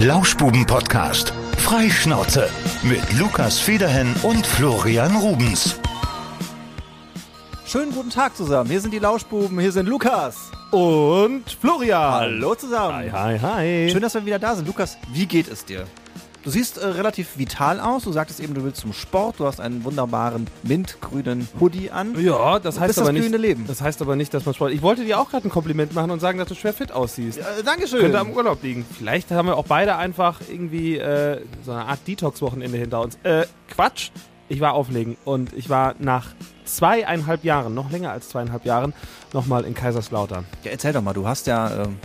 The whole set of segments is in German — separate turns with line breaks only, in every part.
Lauschbuben-Podcast. Freischnauze mit Lukas Federhen und Florian Rubens.
Schönen guten Tag zusammen. Hier sind die Lauschbuben, hier sind Lukas.
Und Florian.
Hallo zusammen.
Hi, hi, hi.
Schön, dass wir wieder da sind. Lukas, wie geht es dir? Du siehst äh, relativ vital aus. Du sagtest eben, du willst zum Sport. Du hast einen wunderbaren mintgrünen Hoodie an.
ja, das heißt
bist
aber
das
nicht.
blühende Leben.
Das heißt aber nicht, dass man Sport. Ich wollte dir auch gerade ein Kompliment machen und sagen, dass du schwer fit aussiehst.
Äh, Dankeschön.
Könnte am Urlaub liegen. Vielleicht haben wir auch beide einfach irgendwie äh, so eine Art Detox-Wochenende hinter uns. Äh, Quatsch. Ich war auflegen und ich war nach zweieinhalb Jahren, noch länger als zweieinhalb Jahren, nochmal in Kaiserslautern.
Ja, erzähl doch mal, du hast ja ähm,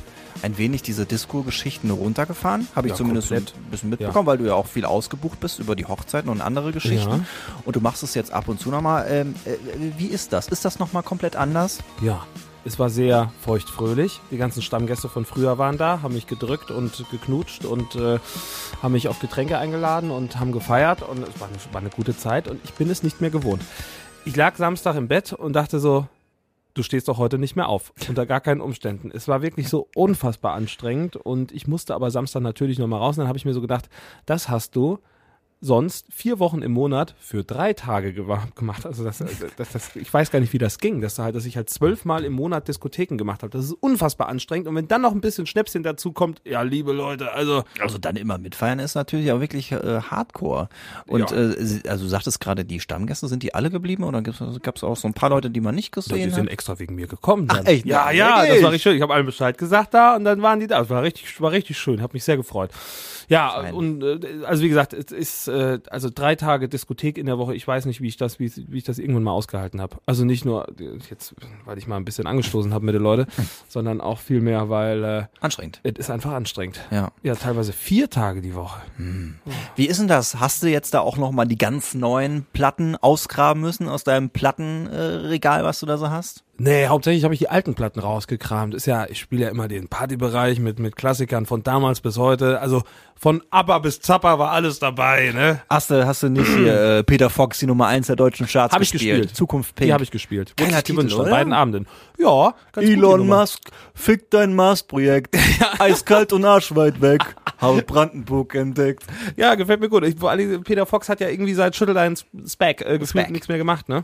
ein wenig diese Disco-Geschichten runtergefahren. Habe ich
Ja,
zumindest
komplett.
ein bisschen mitbekommen, weil du ja auch viel ausgebucht bist über die Hochzeiten und andere Geschichten.
Ja.
Und du machst es jetzt ab und zu nochmal. Ähm, äh, wie ist das? Ist das nochmal komplett anders?
Ja, es war sehr feuchtfröhlich. Die ganzen Stammgäste von früher waren da, haben mich gedrückt und geknutscht und äh, haben mich auf Getränke eingeladen und haben gefeiert und es war eine, war eine gute Zeit und ich bin es nicht mehr gewohnt. Ich lag Samstag im Bett und dachte so, du stehst doch heute nicht mehr auf, unter gar keinen Umständen. Es war wirklich so unfassbar anstrengend und ich musste aber Samstag natürlich nochmal raus und dann habe ich mir so gedacht, das hast du sonst vier Wochen im Monat für drei Tage gewa- gemacht. Also das, das, das, ich weiß gar nicht, wie das ging, dass, du halt, dass ich halt zwölfmal im Monat Diskotheken gemacht habe. Das ist unfassbar anstrengend. Und wenn dann noch ein bisschen Schnäpschen dazu kommt, ja, liebe Leute, also
Also dann immer mitfeiern ist natürlich auch wirklich äh, hardcore. Und
Ja.
äh, sie- also du sagtest gerade, die Stammgäste, sind die alle geblieben? Oder gab es auch so ein paar Leute, die man nicht
die
gesehen
sind
hat?
extra wegen mir gekommen. Dann.
echt? Ja,
Ja, ja, das
wirklich?
war richtig schön. Ich habe allen Bescheid gesagt da und dann waren die da. Das war richtig, war richtig schön, habe mich sehr gefreut. Ja,
Fein.
und äh, also wie gesagt, es ist äh, also drei Tage Diskothek in der Woche. Ich weiß nicht, wie ich das, wie, wie ich das irgendwann mal ausgehalten habe. Also nicht nur äh, jetzt, weil ich mal ein bisschen angestoßen habe mit den Leuten, sondern auch vielmehr, weil äh,
Anstrengend.
es ist einfach anstrengend.
Ja.
Ja, teilweise vier Tage die Woche.
Wie ist denn das? Hast du jetzt da auch nochmal die ganz neuen Platten ausgraben müssen aus deinem Plattenregal, äh, Regal, was du da so hast?
Nee, hauptsächlich habe ich die alten Platten rausgekramt. Ist ja, ich spiele ja immer den Partybereich mit, mit Klassikern von damals bis heute. Also von ABBA bis Zappa war alles dabei, ne?
Hast du, hast du nicht hier äh, Peter Fox, die Nummer 1 der deutschen Charts
Hab ich gespielt.
Zukunft
Die
Pink.
habe ich gespielt.
Geiler
Wurde sich
Titel,
gewünscht an
oder?
beiden Abenden. Ja, ganz gut, die
Elon
Nummer.
Musk, fick dein Mars-Projekt. Eiskalt und arschweit weg. Habe Brandenburg entdeckt.
Ja, gefällt mir gut. Ich, vor allem Peter Fox hat ja irgendwie seit Schüttel deinen Spack äh, gefühlt
Spack.
nichts mehr gemacht, ne?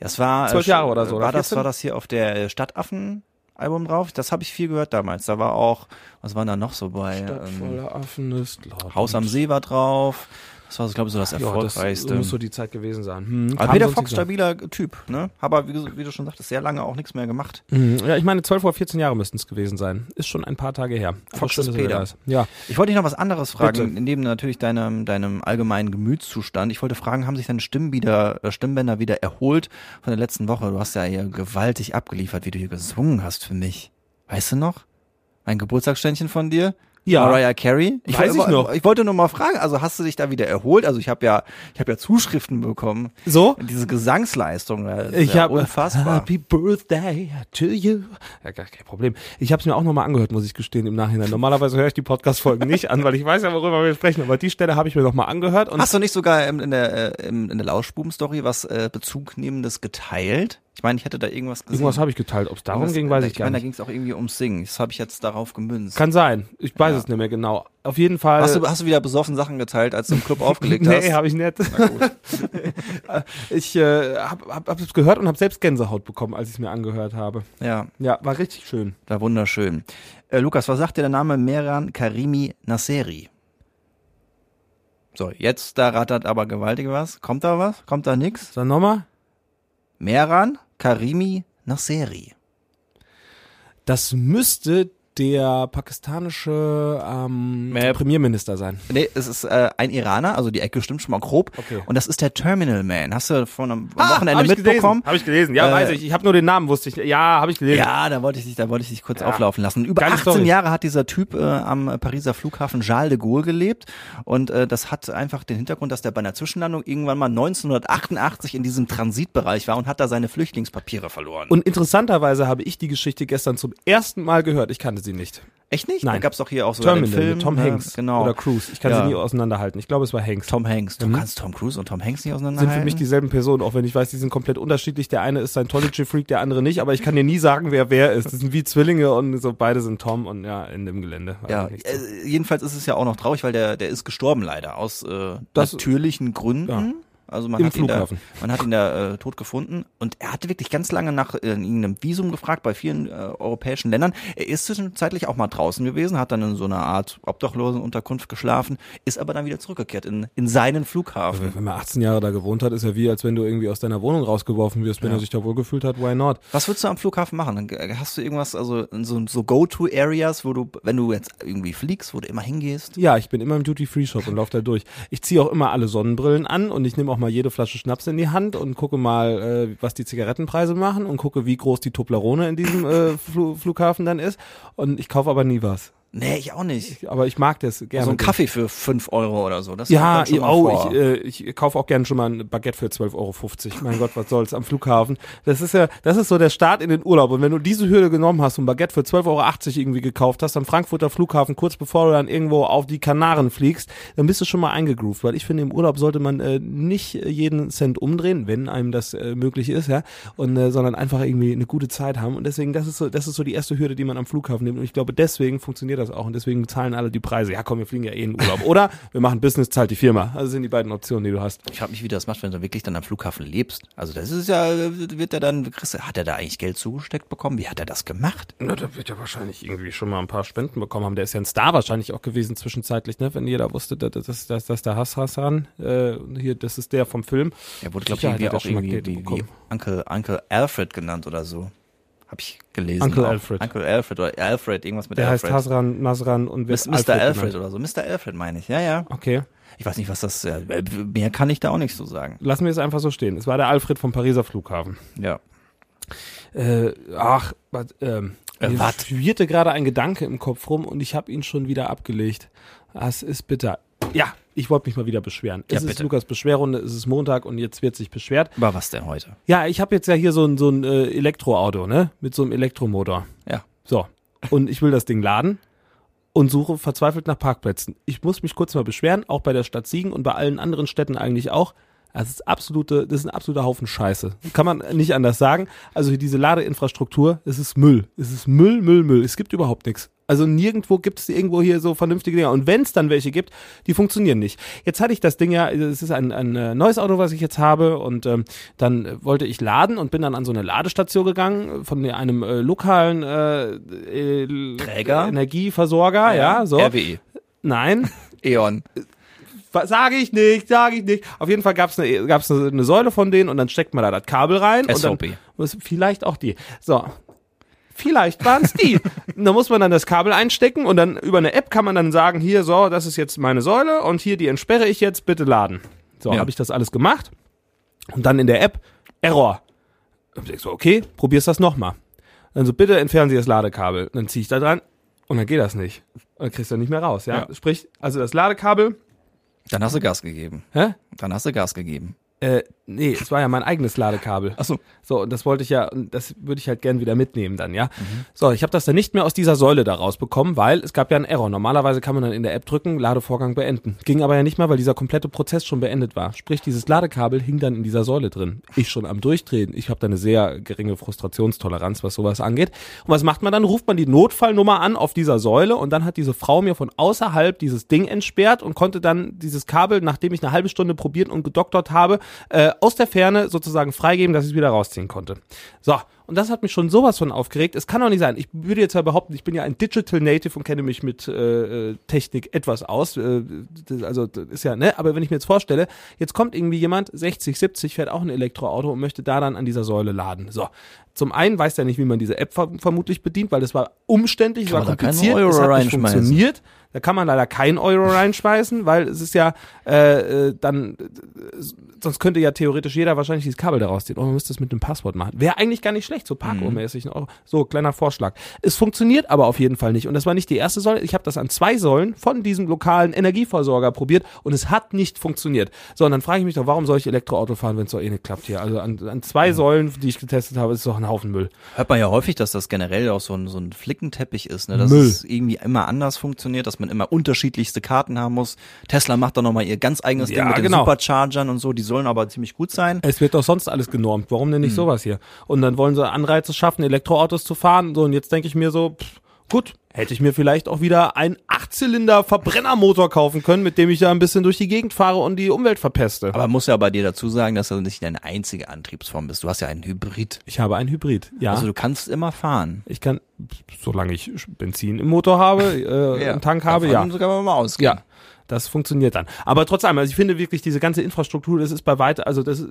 Das war äh,
Zwölf Jahre oder so, oder
War das,
14?
war das hier auf der äh, Stadtaffen? Album drauf, das habe ich viel gehört damals. Da war auch, was waren da noch so bei? Ähm,
Voller Affen ist laut.
Haus am See war drauf. Das war, glaube ich, so das
ja, das
erfolgreichste.
muss so die Zeit gewesen sein. Hm,
aber
kam
Peter
sonst
Fox,
nicht so.
stabiler Typ, ne? Aber wie, ges- wie du schon sagtest, sehr lange auch nichts mehr gemacht.
Hm, Ja, ich meine, 12 oder 14 Jahre müssten es gewesen sein. Ist schon ein paar Tage her. Aber
Fox
schön,
ist
dass er wieder
Peter.
da ist. Ja.
Ich wollte dich noch was anderes fragen,
Bitte.
neben natürlich deinem, deinem allgemeinen Gemütszustand. Ich wollte fragen, haben sich deine Stimmen wieder, äh, Stimmbänder wieder erholt von der letzten Woche? Du hast ja hier gewaltig abgeliefert, wie du hier gesungen hast für mich. Weißt du noch? Mein Geburtstagsständchen von dir?
Ja.
Mariah Carey?
Weiß ich
wo-
noch.
Ich wollte nur mal fragen, also hast du dich da wieder erholt? Also ich habe ja, ich habe ja Zuschriften bekommen.
So?
Diese Gesangsleistung, das ist
Ich
ja
hab- äh,
unfassbar.
Happy Birthday to you. Ja, gar kein Problem. Ich habe es mir auch nochmal angehört, muss ich gestehen, im Nachhinein. Normalerweise höre ich die Podcast-Folgen nicht an, weil ich weiß ja, worüber wir sprechen. Aber die Stelle habe ich mir nochmal angehört. Und
Hast du nicht sogar in, in der, äh, in, in der Lauschbuben-Story was äh, Bezugnehmendes geteilt? Ich meine, ich hätte da irgendwas gesehen.
irgendwas habe ich geteilt. Ob es darum
Irgendwas-
ging, weiß ich,
ich
gar
meine, da
nicht.
ging es auch irgendwie ums Singen. Das habe ich jetzt darauf gemünzt.
Kann sein. Ich weiß
Ja.
es nicht mehr genau. Auf jeden Fall.
hast, du, hast du wieder besoffen Sachen geteilt, als du im Club aufgelegt hast?
Nee, habe ich nicht. ich äh, habe hab, hab es gehört und habe selbst Gänsehaut bekommen, als ich es mir angehört habe.
Ja,
Ja, war richtig schön.
war wunderschön. Äh, Lukas, was sagt dir der Name Meran Karimi Nasseri? So, jetzt, da rattert aber gewaltig was. Kommt da was? Kommt da nix?
Dann nochmal.
Meran Karimi Nasseri.
Das müsste der pakistanische ähm,
Mäh.
Premierminister sein.
Nee, es ist äh, ein Iraner, also die Ecke stimmt schon mal grob.
Okay. Ah,
Und das ist der Terminal Man. Hast du von einem am Wochenende
hab ich
mitbekommen?
Habe ich gelesen. Ja,
Äh,
weiß ich. Ich habe nur den Namen wusste ich. Ja, habe ich gelesen.
Ja, da wollte ich dich, da wollte ich dich kurz auflaufen lassen. Über
Geile
18
Story.
Jahre hat dieser Typ äh, am äh, Pariser Flughafen Charles de Gaulle gelebt und äh, das hat einfach den Hintergrund, dass der bei einer Zwischenlandung irgendwann mal 1988 in diesem Transitbereich war und hat da seine Flüchtlingspapiere verloren.
Und interessanterweise habe ich die Geschichte gestern zum ersten Mal gehört. Ich kannte sie nicht.
Echt nicht? Da
Nein.
gab es doch hier auch so
Terminal
den Film.
mit Tom
ne?
Hanks
Genau.
oder Cruise. Ich kann
Ja.
sie nie auseinanderhalten. Ich glaube, es war Hanks.
Tom Hanks. Du
Mhm.
kannst Tom Cruise und Tom Hanks nicht
sind
auseinanderhalten.
für mich dieselben Personen, auch wenn ich weiß, die sind komplett unterschiedlich. Der eine ist Scientology-Freak, der andere nicht, aber ich kann dir nie sagen, wer wer ist. Das sind wie Zwillinge und so beide sind Tom und ja, in dem Gelände.
ja,
Also nicht so.
äh, jedenfalls ist es ja auch noch traurig, weil der, der ist gestorben leider aus äh,
Das-
natürlichen Gründen.
Ja.
Also man
Im
hat, ihn da,
Flughafen.
man hat ihn da äh, tot gefunden und er hatte wirklich ganz lange nach äh, irgendeinem Visum gefragt bei vielen äh, europäischen Ländern. Er ist zwischenzeitlich auch mal draußen gewesen, hat dann in so einer Art Obdachlosenunterkunft geschlafen, ist aber dann wieder zurückgekehrt in, in seinen Flughafen.
Wenn man 18 Jahre da gewohnt hat, ist ja wie, als wenn du irgendwie aus deiner Wohnung rausgeworfen wirst, wenn er sich da wohlgefühlt hat, why not?
Was würdest du am Flughafen machen? Hast du irgendwas, also so, so Go-To-Areas, wo du, wenn du jetzt irgendwie fliegst, wo du immer hingehst?
Ja, ich bin immer im Duty-Free-Shop und laufe da durch. Ich ziehe auch immer alle Sonnenbrillen an und ich nehme auch mal jede Flasche Schnaps in die Hand und gucke mal, äh, was die Zigarettenpreise machen und gucke, wie groß die Toblerone in diesem äh, Flu Flughafen dann ist. Und ich kaufe aber nie was.
Nee, ich auch nicht.
Aber ich mag das gerne.
so Also ein Kaffee für 5 Euro oder so. Das
Ja,
kommt dann schon mal
oh,
vor.
ich, äh, ich kaufe auch gerne schon mal ein Baguette für 12,50 Euro. Mein Gott, was soll's am Flughafen. Das ist ja, das ist so der Start in den Urlaub. Und wenn du diese Hürde genommen hast und ein Baguette für 12,80 Euro irgendwie gekauft hast am Frankfurter Flughafen, kurz bevor du dann irgendwo auf die Kanaren fliegst, dann bist du schon mal eingegroovt. Weil ich finde, im Urlaub sollte man äh, nicht jeden Cent umdrehen, wenn einem das äh, möglich ist, ja, und äh, sondern einfach irgendwie eine gute Zeit haben. Und deswegen, das ist so, das ist so die erste Hürde, die man am Flughafen nimmt. Und ich glaube, deswegen funktioniert das auch. Und deswegen zahlen alle die Preise. Ja, komm, wir fliegen ja eh in den Urlaub. Oder wir machen Business, zahlt die Firma. Also sind die beiden Optionen, die du hast.
ich frage mich, wie du das machst, wenn du wirklich dann am Flughafen lebst. Also das ist ja, äh, wird er dann, kriegst du- hat er da eigentlich Geld zugesteckt bekommen? Wie hat er das gemacht?
Na, da wird ja wahrscheinlich irgendwie schon mal ein paar Spenden bekommen haben. Der ist ja ein Star wahrscheinlich auch gewesen zwischenzeitlich, ne? Wenn jeder wusste, dass das, das, das der Hass Hassan, äh, hier, das ist der vom Film.
Er wurde, glaube ich,
Sicherheit
irgendwie
hat er
auch
schon mal
irgendwie
Geld
wie, wie
bekommen.
Uncle, Uncle Alfred genannt oder so. Habe ich gelesen.
Uncle
auch.
Alfred.
Uncle Alfred oder Alfred, irgendwas mit
Der heißt
Alfred.
Hasran, Nasran und wird
Mis- Mr. Alfred,
genannt.
oder so. Mr. Alfred meine ich, ja, ja.
Okay.
Ich weiß nicht, was das, äh, mehr kann ich da auch nicht so sagen.
Lassen wir es einfach so stehen. Es war der Alfred vom Pariser Flughafen.
Ja.
Äh, ach, was, ähm,
Äh,
mir
wat?
schwirrte gerade ein Gedanke im Kopf rum und ich habe ihn schon wieder abgelegt. Das ist bitter. Ja, ich wollte mich mal wieder beschweren.
Ja,
es ist
bitte.
Lukas Beschwerrunde, es ist Montag und jetzt wird sich beschwert.
Aber was denn heute?
Ja, ich habe jetzt ja hier so ein, so ein äh, Elektroauto, ne? Mit so einem Elektromotor.
Ja.
So. Und ich will das Ding laden und suche verzweifelt nach Parkplätzen. Ich muss mich kurz mal beschweren, auch bei der Stadt Siegen und bei allen anderen Städten eigentlich auch. Das ist absolute, das ist ein absoluter Haufen Scheiße. Kann man nicht anders sagen. Also diese Ladeinfrastruktur, es ist Müll. Es ist Müll, Müll, Müll. Es gibt überhaupt nichts. Also nirgendwo gibt es irgendwo hier so vernünftige Dinger. Und wenn es dann welche gibt, die funktionieren nicht. Jetzt hatte ich das Ding ja, es ist ein, ein äh, neues Auto, was ich jetzt habe. Und ähm, dann äh, wollte ich laden und bin dann an so eine Ladestation gegangen äh, von einem äh, lokalen äh, äh,
Träger? Ah
Energieversorger. Ah Ja, so.
RWE.
Nein.
E. E.ON.
Was- Sage ich nicht, sage ich nicht. Auf jeden Fall gab es eine, gab's eine, eine Säule von denen und dann steckt man da das Kabel rein.
SOP.
Und dann, muss- vielleicht auch die. So. Vielleicht waren es die. da muss man dann das Kabel einstecken und dann über eine App kann man dann sagen, hier, so, das ist jetzt meine Säule und hier, die entsperre ich jetzt, bitte laden. So,
Ja.
habe ich das alles gemacht. Und dann in der App, Error. Und ich so, okay, probier's das nochmal. Dann so, bitte entfernen Sie das Ladekabel. Dann ziehe ich da dran und dann geht das nicht. Und dann kriegst du nicht mehr raus, ja.
Ja.
Sprich, also das Ladekabel,
Dann hast du Gas gegeben.
hä?
Dann hast du Gas gegeben.
Äh, nee, es war ja mein eigenes Ladekabel.
Achso.
So, und das wollte ich ja, und das würde ich halt gern wieder mitnehmen dann, ja. So, ich habe das dann nicht mehr aus dieser Säule da rausbekommen, weil es gab ja einen Error. Normalerweise kann man dann in der App drücken, Ladevorgang beenden. Ging aber ja nicht mehr, weil dieser komplette Prozess schon beendet war. Sprich, dieses Ladekabel hing dann in dieser Säule drin. Ich schon am Durchdrehen. Ich habe da eine sehr geringe Frustrationstoleranz, was sowas angeht. Und was macht man dann? Ruft man die Notfallnummer an auf dieser Säule und dann hat diese Frau mir von außerhalb dieses Ding entsperrt und konnte dann dieses Kabel, nachdem ich eine halbe Stunde probiert und gedoktert habe, äh, aus der Ferne sozusagen freigeben, dass ich es wieder rausziehen konnte. So, und das hat mich schon sowas von aufgeregt. Es kann doch nicht sein. Ich würde jetzt ja behaupten, ich bin ja ein Digital Native und kenne mich mit äh, äh, Technik etwas aus. Äh, das, also das ist ja, ne? Aber wenn ich mir jetzt vorstelle, jetzt kommt irgendwie jemand, 60, 70, fährt auch ein Elektroauto und möchte da dann an dieser Säule laden. So. Zum einen weiß er nicht, wie man diese App ver vermutlich bedient, weil das war umständlich, es war
Kann man da keinen
kompliziert,
Euro
es hat nicht
reinschmeißen?
funktioniert. Da kann man leider keinen Euro reinschmeißen, weil es ist ja äh, äh, dann, äh, sonst könnte ja theoretisch jeder wahrscheinlich dieses Kabel daraus ziehen. Oh, man müsste es mit einem Passwort machen. Wäre eigentlich gar nicht schlecht, so parkourmäßig. ein Euro. So, kleiner Vorschlag. Es funktioniert aber auf jeden Fall nicht. Und das war nicht die erste Säule. Ich habe das an zwei Säulen von diesem lokalen Energieversorger probiert und es hat nicht funktioniert. So, und dann frage ich mich doch, warum soll ich Elektroauto fahren, wenn es doch eh nicht klappt hier? Also an, an zwei Säulen, die ich getestet habe, ist doch ein Haufen Müll.
Hört man ja häufig, dass das generell auch so ein, so ein Flickenteppich ist, ne? dass
Müll.
es irgendwie immer anders funktioniert, dass man immer unterschiedlichste Karten haben muss. Tesla macht da nochmal ihr ganz eigenes
Ja,
Ding mit
genau. Äh.
den Superchargern und so, die sollen aber ziemlich gut sein.
Es wird doch sonst alles genormt. Warum denn nicht
Hm.
sowas hier? Und dann wollen sie Anreize schaffen, Elektroautos zu fahren. So, und jetzt denke ich mir so, pff, gut, hätte ich mir vielleicht auch wieder einen Achtzylinder-Verbrennermotor kaufen können, mit dem ich da ein bisschen durch die Gegend fahre und die Umwelt verpeste.
Aber man muss ja bei dir dazu sagen, dass du nicht deine einzige Antriebsform bist. Du hast ja einen Hybrid.
Ich habe einen Hybrid. Ja.
Also du kannst immer fahren.
ich kann, solange ich Benzin im Motor habe, äh, im Tank habe, ja.
Davon kann man mal ausgehen.
Ja, das funktioniert dann. Aber trotzdem, also ich finde wirklich diese ganze Infrastruktur, das ist bei weitem, also das,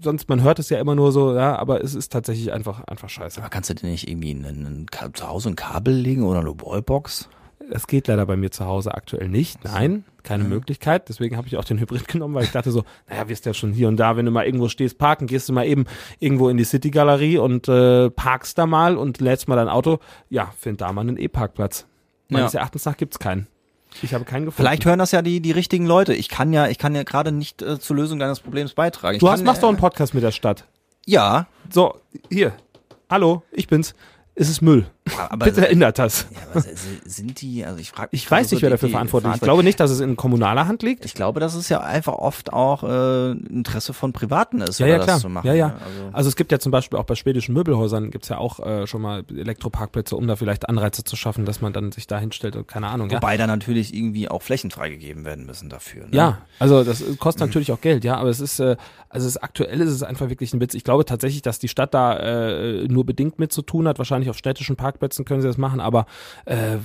sonst man hört es ja immer nur so, ja, aber es ist tatsächlich einfach, einfach scheiße.
Aber kannst du dir nicht irgendwie in, in, in, Ka- zu Hause ein Kabel legen oder eine Wallbox?
Das geht leider bei mir zu Hause aktuell nicht. Nein, keine Möglichkeit. Deswegen habe ich auch den Hybrid genommen, weil ich dachte so, naja, wirst ja schon hier und da, wenn du mal irgendwo stehst, parken, gehst du mal eben irgendwo in die City Galerie und äh, parkst da mal und lädst mal dein Auto. Ja, find da mal einen E-Parkplatz. Meines Erachtens nach gibt's keinen. Ich habe keinen gefunden.
Vielleicht hören das ja die, die richtigen Leute. Ich kann ja, ich kann ja gerade nicht äh, zur Lösung deines Problems beitragen. Ich
du
kann,
hast, machst
äh,
doch einen Podcast mit der Stadt.
Ja,
So, hier. Hallo, ich bin's. Es ist Müll.
aber,
Bitte ändert das.
ja, aber s- sind die, also ich frage
Ich weiß nicht, wer dafür verantwortlich ist. Ich glaube nicht, dass es in kommunaler Hand liegt.
Ich glaube, dass es ja einfach oft auch äh, Interesse von Privaten ist,
Ja,
oder
ja,
das
klar.
zu machen.
ja, ja.
ne? Also,
Also, es gibt ja zum Beispiel auch bei schwedischen Möbelhäusern gibt's ja auch äh, schon mal Elektroparkplätze, um da vielleicht Anreize zu schaffen, dass man dann sich da hinstellt und keine Ahnung. Ja,
wobei da natürlich irgendwie auch Flächen freigegeben werden müssen dafür. Ne?
ja also das kostet natürlich auch Geld, ja, aber es ist, äh, also es ist aktuell ist es einfach wirklich ein Witz. Ich glaube tatsächlich, dass die Stadt da äh, nur bedingt mit zu tun hat. Wahrscheinlich auf städtischen Parkplätzen können sie das machen, aber äh,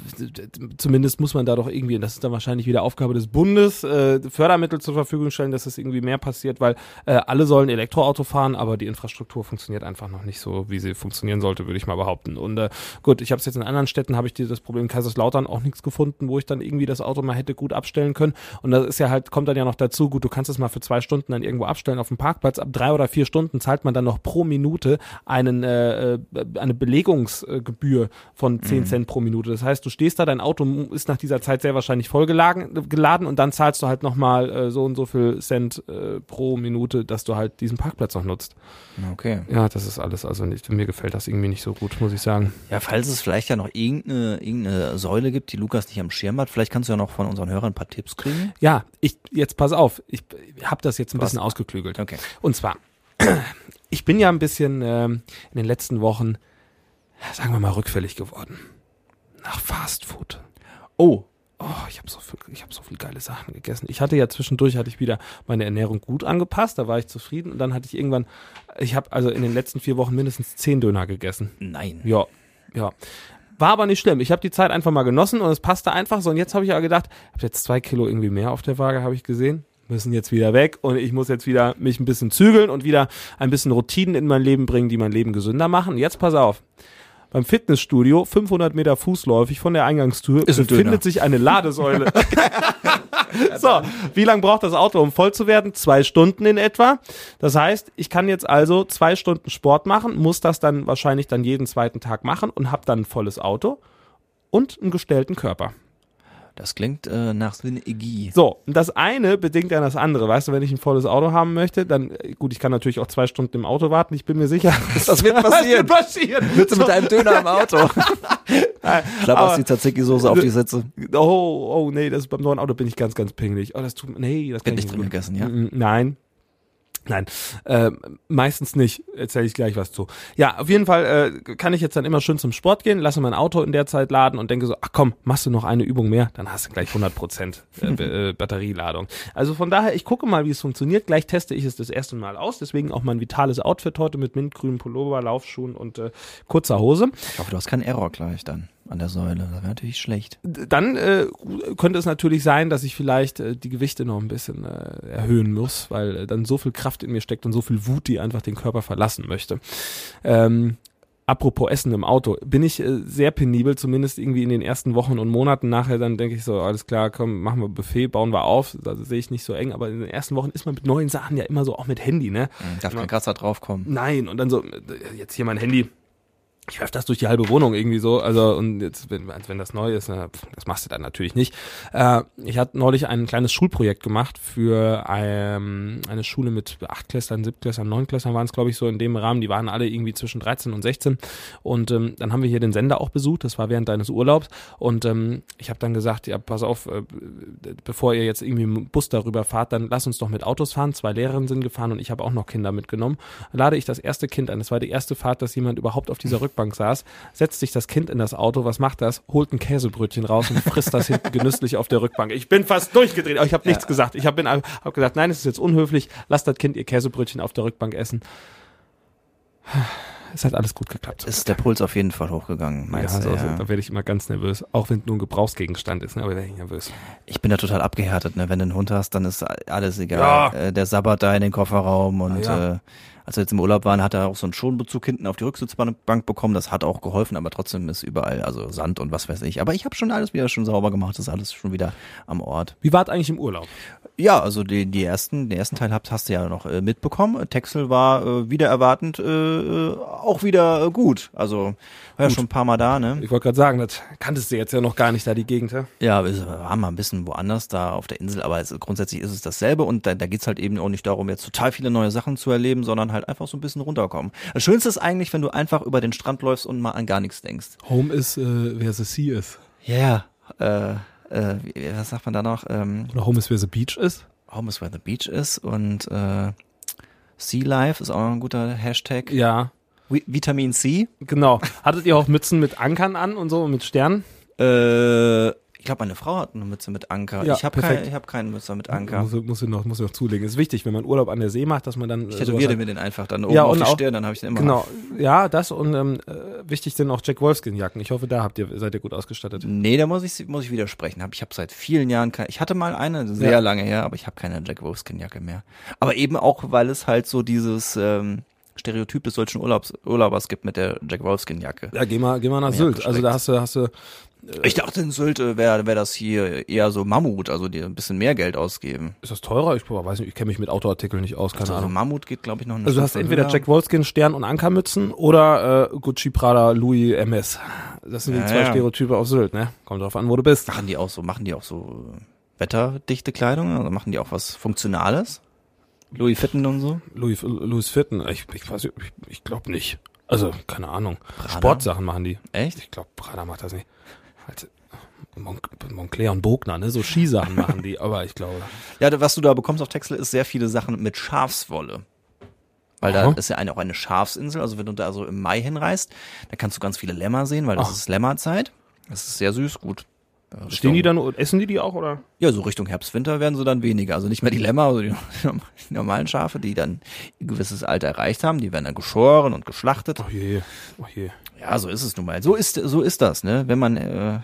zumindest muss man da doch irgendwie, und das ist dann wahrscheinlich wieder Aufgabe des Bundes, äh, Fördermittel zur Verfügung stellen, dass es irgendwie mehr passiert, weil äh, alle sollen Elektroauto fahren, aber die Infrastruktur funktioniert einfach noch nicht so, wie sie funktionieren sollte, würde ich mal behaupten. Und äh, gut, ich habe es jetzt in anderen Städten, habe ich dieses Problem in Kaiserslautern auch nichts gefunden, wo ich dann irgendwie das Auto mal hätte gut abstellen können. Und das ist ja halt, kommt dann ja noch dazu, gut, du kannst es mal für zwei Stunden dann irgendwo abstellen auf dem Parkplatz. Ab drei oder vier Stunden zahlt man dann noch pro Minute einen, äh, äh, eine Belegungsgebühr von 10 Cent pro Minute. Das heißt, du stehst da, dein Auto mu- ist nach dieser Zeit sehr wahrscheinlich vollgeladen geladen und dann zahlst du halt nochmal äh, so und so viel Cent äh, pro Minute, dass du halt diesen Parkplatz noch nutzt.
Okay.
Ja, das ist alles. Also nicht, mir gefällt das irgendwie nicht so gut, muss ich sagen.
Ja, falls es vielleicht ja noch irgendeine, irgendeine Säule gibt, die Lukas nicht am Schirm hat, vielleicht kannst du ja noch von unseren Hörern ein paar Tipps kriegen.
Ja, ich jetzt pass auf, ich habe das jetzt ein
Was?
bisschen ausgeklügelt.
Okay.
Und zwar, ich bin ja ein bisschen ähm, in den letzten Wochen, sagen wir mal, rückfällig geworden. Nach Fast Food.
Oh,
Oh, ich habe so viel, ich habe so viel geile Sachen gegessen. Ich hatte ja zwischendurch hatte ich wieder meine Ernährung gut angepasst, da war ich zufrieden und dann hatte ich irgendwann, ich habe also in den letzten vier Wochen mindestens zehn Döner gegessen.
nein.
Ja, ja. War aber nicht schlimm. Ich habe die Zeit einfach mal genossen und es passte einfach so. Und jetzt habe ich aber gedacht, habe jetzt zwei Kilo irgendwie mehr auf der Waage, habe ich gesehen. Müssen jetzt wieder weg und ich muss jetzt wieder mich ein bisschen zügeln und wieder ein bisschen Routinen in mein Leben bringen, die mein Leben gesünder machen. Jetzt pass auf. Beim Fitnessstudio, 500 Meter fußläufig von der Eingangstür,
Ist ein Döner.
befindet sich eine Ladesäule. so, wie lange braucht das Auto, um voll zu werden? Zwei Stunden in etwa. Das heißt, ich kann jetzt also zwei Stunden Sport machen, muss das dann wahrscheinlich dann jeden zweiten Tag machen und habe dann ein volles Auto und einen gestellten Körper.
Das klingt äh, nach Synergie.
So, und das eine bedingt dann das andere. Weißt du, wenn ich ein volles Auto haben möchte, dann, äh, gut, ich kann natürlich auch zwei Stunden im Auto warten, ich bin mir sicher.
Das wird passieren.
Das wird passieren.
Sitze mit einem Döner im Auto. Klapperst
aber-
die Tzatziki-Soße auf die Sitze.
Oh, oh, nee, das beim neuen Auto bin ich ganz, ganz pingelig. Oh, das tut mir, nee, das kann
Wird
ich
nicht drin
gut.
gegessen, ja?
Mm, Nein. Nein, ähm, meistens nicht. Erzähle ich gleich was zu. Ja, auf jeden Fall äh, kann ich jetzt dann immer schön zum Sport gehen, lasse mein Auto in der Zeit laden und denke so, ach komm, machst du noch eine Übung mehr, dann hast du gleich 100% äh, B- äh, Batterieladung. Also von daher, ich gucke mal, wie es funktioniert. Gleich teste ich es das erste Mal aus. Deswegen auch mein vitales Outfit heute mit mintgrünem Pullover, Laufschuhen und äh, kurzer Hose.
Ich hoffe, du hast keinen Error gleich dann an der Säule. Das wäre natürlich schlecht.
dann äh, könnte es natürlich sein, dass ich vielleicht äh, die Gewichte noch ein bisschen äh, erhöhen muss, weil äh, dann so viel Kraft in mir steckt und so viel Wut, die einfach den Körper verlassen möchte. Ähm, Apropos Essen im Auto, bin ich äh, sehr penibel, zumindest irgendwie in den ersten Wochen und Monaten nachher, dann denke ich so, alles klar, komm, machen wir Buffet, bauen wir auf, da sehe ich nicht so eng, aber in den ersten Wochen ist man mit neuen Sachen ja immer so, auch mit Handy, ne?
Darf kein Kratzer draufkommen.
Nein, und dann so, äh, jetzt hier mein Handy, ich werf das durch die halbe Wohnung irgendwie so, also und jetzt, wenn, als wenn das neu ist, na, pf, das machst du dann natürlich nicht. Äh, ich hatte neulich ein kleines Schulprojekt gemacht für ähm, eine Schule mit Achtklässlern, Siebtklässlern, Neunklässlern waren es, glaube ich, so in dem Rahmen, die waren alle irgendwie zwischen 13 und 16 und ähm, dann haben wir hier den Sender auch besucht, das war während deines Urlaubs und ähm, ich habe dann gesagt, ja, pass auf, äh, bevor ihr jetzt irgendwie mit dem Bus darüber fahrt, dann lass uns doch mit Autos fahren, zwei Lehrerinnen sind gefahren und ich habe auch noch Kinder mitgenommen, lade ich das erste Kind ein, das war die erste Fahrt, dass jemand überhaupt auf dieser Rückbank saß, setzt sich das Kind in das Auto, was macht das? Holt ein Käsebrötchen raus und frisst das hinten genüsslich auf der Rückbank. Ich bin fast durchgedreht, aber ich habe nichts gesagt. Ich habe hab gesagt, nein, es ist jetzt unhöflich, lasst das Kind ihr Käsebrötchen auf der Rückbank essen. Es hat alles gut geklappt.
Ist der Puls auf jeden Fall hochgegangen,
Ja,
meinst
so,
du?
so,
Ja.
Da werde ich immer ganz nervös, auch wenn es nur ein Gebrauchsgegenstand ist, ne? aber werde ich nervös.
Ich bin da total abgehärtet, ne? Wenn du einen Hund hast, dann ist alles egal. Äh, der sabbert da in den Kofferraum und
Ah, ja.
äh, als wir jetzt im Urlaub waren, hat er auch so einen Schonbezug hinten auf die Rücksitzbank bekommen. Das hat auch geholfen, aber trotzdem ist überall also Sand und was weiß ich. Aber ich habe schon alles wieder schon sauber gemacht, ist alles schon wieder am Ort.
Wie wart eigentlich im Urlaub?
Ja, also die, die ersten, den ersten Teil habt, hast du ja noch äh, mitbekommen. Äh, Texel war äh, wieder erwartend äh, auch wieder äh, gut. Also war ja schon ein paar Mal da, ne?
Ich wollte gerade sagen, das kanntest du jetzt ja noch gar nicht da, die Gegend. Ja?
Ja, wir waren mal ein bisschen woanders da auf der Insel, aber es, grundsätzlich ist es dasselbe und da, da geht's halt eben auch nicht darum, jetzt total viele neue Sachen zu erleben, sondern halt einfach so ein bisschen runterkommen. Das Schönste ist eigentlich, wenn du einfach über den Strand läufst und mal an gar nichts denkst.
Home ist, äh, wer the sea ist.
Ja, yeah. äh, äh, wie- was sagt man da noch? Ähm,
Oder Home ist, wer the beach ist.
Home is where the beach is und äh, Sea Life ist auch noch ein guter Hashtag.
Ja,
Vi- Vitamin C.
Genau. Hattet ihr auch Mützen mit Ankern an und so und mit Sternen?
Äh, ich glaube, meine Frau hat eine Mütze mit Anker.
Ja,
ich habe
perfekt.
kein, ich hab keinen Mütze mit Anker.
Muss, muss, ich noch, muss ich noch zulegen. Ist wichtig, wenn man Urlaub an der See macht, dass man dann.
Ich
äh, sowas
tätowiere
hat.
mir den einfach dann oben
Ja,
auf
und
die
auch-
Stirn, dann habe ich den immer.
Genau. Ja, das und ähm, äh, wichtig sind auch Jack Wolfskin-Jacken. Ich hoffe, da habt ihr, seid ihr gut ausgestattet.
Nee, da muss ich, muss ich widersprechen. Hab- Ich habe seit vielen Jahren keine. Ich hatte mal eine, sehr
Ja.
lange her, aber ich habe keine Jack Wolfskin-Jacke mehr. Aber eben auch, weil es halt so dieses ähm, Stereotyp des deutschen Urlaubs, Urlaubers gibt mit der Jack Wolfskin-Jacke.
Ja, geh mal, geh mal nach
Ja,
Sylt. Also da hast du, hast du.
Ich dachte, in Sylt wäre wär das hier eher so Mammut, also die ein bisschen mehr Geld ausgeben.
Ist das teurer? Ich boah, weiß nicht, ich kenne mich mit Autoartikeln nicht aus, keine
Also,
Ahnung.
Mammut geht, glaube ich, noch eine
Also du hast
Stufe
entweder
höher.
Jack Wolfskin, Stern und Ankermützen oder äh, Gucci, Prada, Louis, MS. Das sind die
Ja,
zwei
ja.
Stereotype auf Sylt, ne? Kommt drauf an, wo du bist.
Machen die auch so, machen die auch so äh, wetterdichte Kleidung? Also machen die auch was Funktionales? Louis Fitten und so?
Louis, Louis Fitton, ich, ich weiß, nicht, ich, ich glaube nicht. Also, keine Ahnung. Sportsachen machen die.
Echt?
Ich glaube, Prada macht das nicht. Also, Mon Moncler und Bogner, ne? So Skisachen machen die, aber ich glaube.
Ja, da- was du da bekommst auf Texel ist sehr viele Sachen mit Schafswolle. Weil da
Aha.
ist ja eine, auch eine Schafsinsel, also wenn du da so im Mai hinreist, da kannst du ganz viele Lämmer sehen, weil das
Ah.
ist Lämmerzeit. Das ist sehr süß, gut. Ja,
Stehen
Richtung-
die dann, essen die die auch, oder?
Ja, so Richtung Herbst, Winter werden sie dann weniger. Also nicht mehr die Lämmer, also die normalen Schafe, die dann ein gewisses Alter erreicht haben, die werden dann geschoren und geschlachtet.
Oh je, oh je.
Ja, so ist es nun mal. So ist, so ist das, ne? Wenn man äh,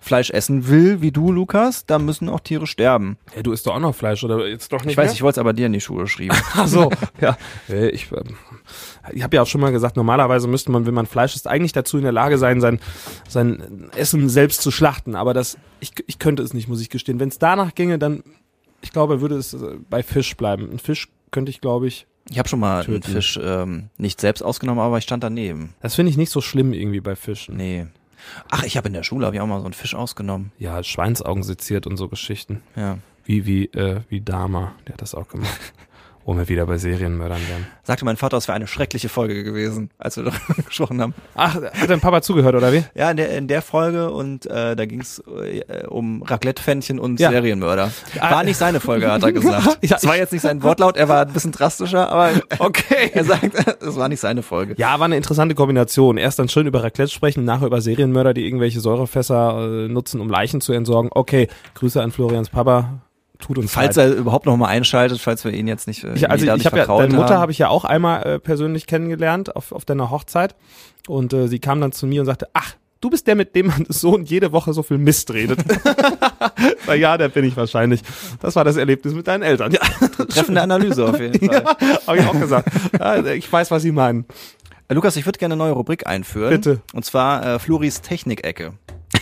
Fleisch essen will, wie du, Lukas, dann müssen auch Tiere sterben.
Hey, du isst doch auch noch Fleisch, oder jetzt doch nicht
Ich weiß,
mehr?
ich wollte es aber dir in die Schuhe schreiben.
Ach so, ja. Äh, Ich, ähm, ich habe ja auch schon mal gesagt, normalerweise müsste man, wenn man Fleisch isst, eigentlich dazu in der Lage sein, sein, sein Essen selbst zu schlachten. Aber das, ich, ich könnte es nicht, muss ich gestehen. Wenn es danach ginge, dann, ich glaube, würde es äh, bei Fisch bleiben. Ein Fisch könnte ich, glaube ich,
Ich habe schon mal einen
Töten.
Fisch ähm, nicht selbst ausgenommen, aber ich stand daneben.
das finde ich nicht so schlimm irgendwie bei Fischen.
Nee. Ach, ich habe in der Schule hab ich auch mal so einen Fisch ausgenommen.
Ja, Schweinsaugen seziert und so Geschichten.
Ja.
Wie, wie, äh, wie Dama, der hat das auch gemacht. Wo wir wieder bei Serienmördern wären.
Sagte mein Vater, es wäre eine schreckliche Folge gewesen, als wir darüber gesprochen haben.
Ach, hat dein Papa zugehört, oder wie?
Ja, in der, in der Folge und äh, da ging's äh, um Raclette-Fännchen und
Ja. Ah.
Serienmörder. War nicht seine Folge, hat er gesagt.
Ja,
Es war
ich-
jetzt nicht sein Wortlaut, er war ein bisschen drastischer, aber
Okay.
er sagt, es war nicht seine Folge.
Ja, war eine interessante Kombination. Erst dann schön über Raclette sprechen, nachher über Serienmörder, die irgendwelche Säurefässer äh, nutzen, um Leichen zu entsorgen. Okay, Grüße an Florians Papa. Tut uns
Falls
leid.
er überhaupt noch mal einschaltet, falls wir ihn jetzt nicht, äh,
Ich, also
jeder
ich
nicht
habe ja,
verkrault
deine Mutter
haben.
habe ich ja auch einmal äh, persönlich kennengelernt auf, auf deiner Hochzeit und äh, sie kam dann zu mir und sagte, ach, du bist der, mit dem man so und jede Woche so viel Mist redet. Na ja, der bin ich wahrscheinlich. Das war das Erlebnis mit deinen Eltern. Ja,
treffende Analyse auf jeden Fall.
habe ich auch gesagt. Ja, ich weiß, was sie meinen.
Äh, Lukas, ich würde gerne eine neue Rubrik einführen.
Bitte.
Und zwar äh, Floris Technik-Ecke.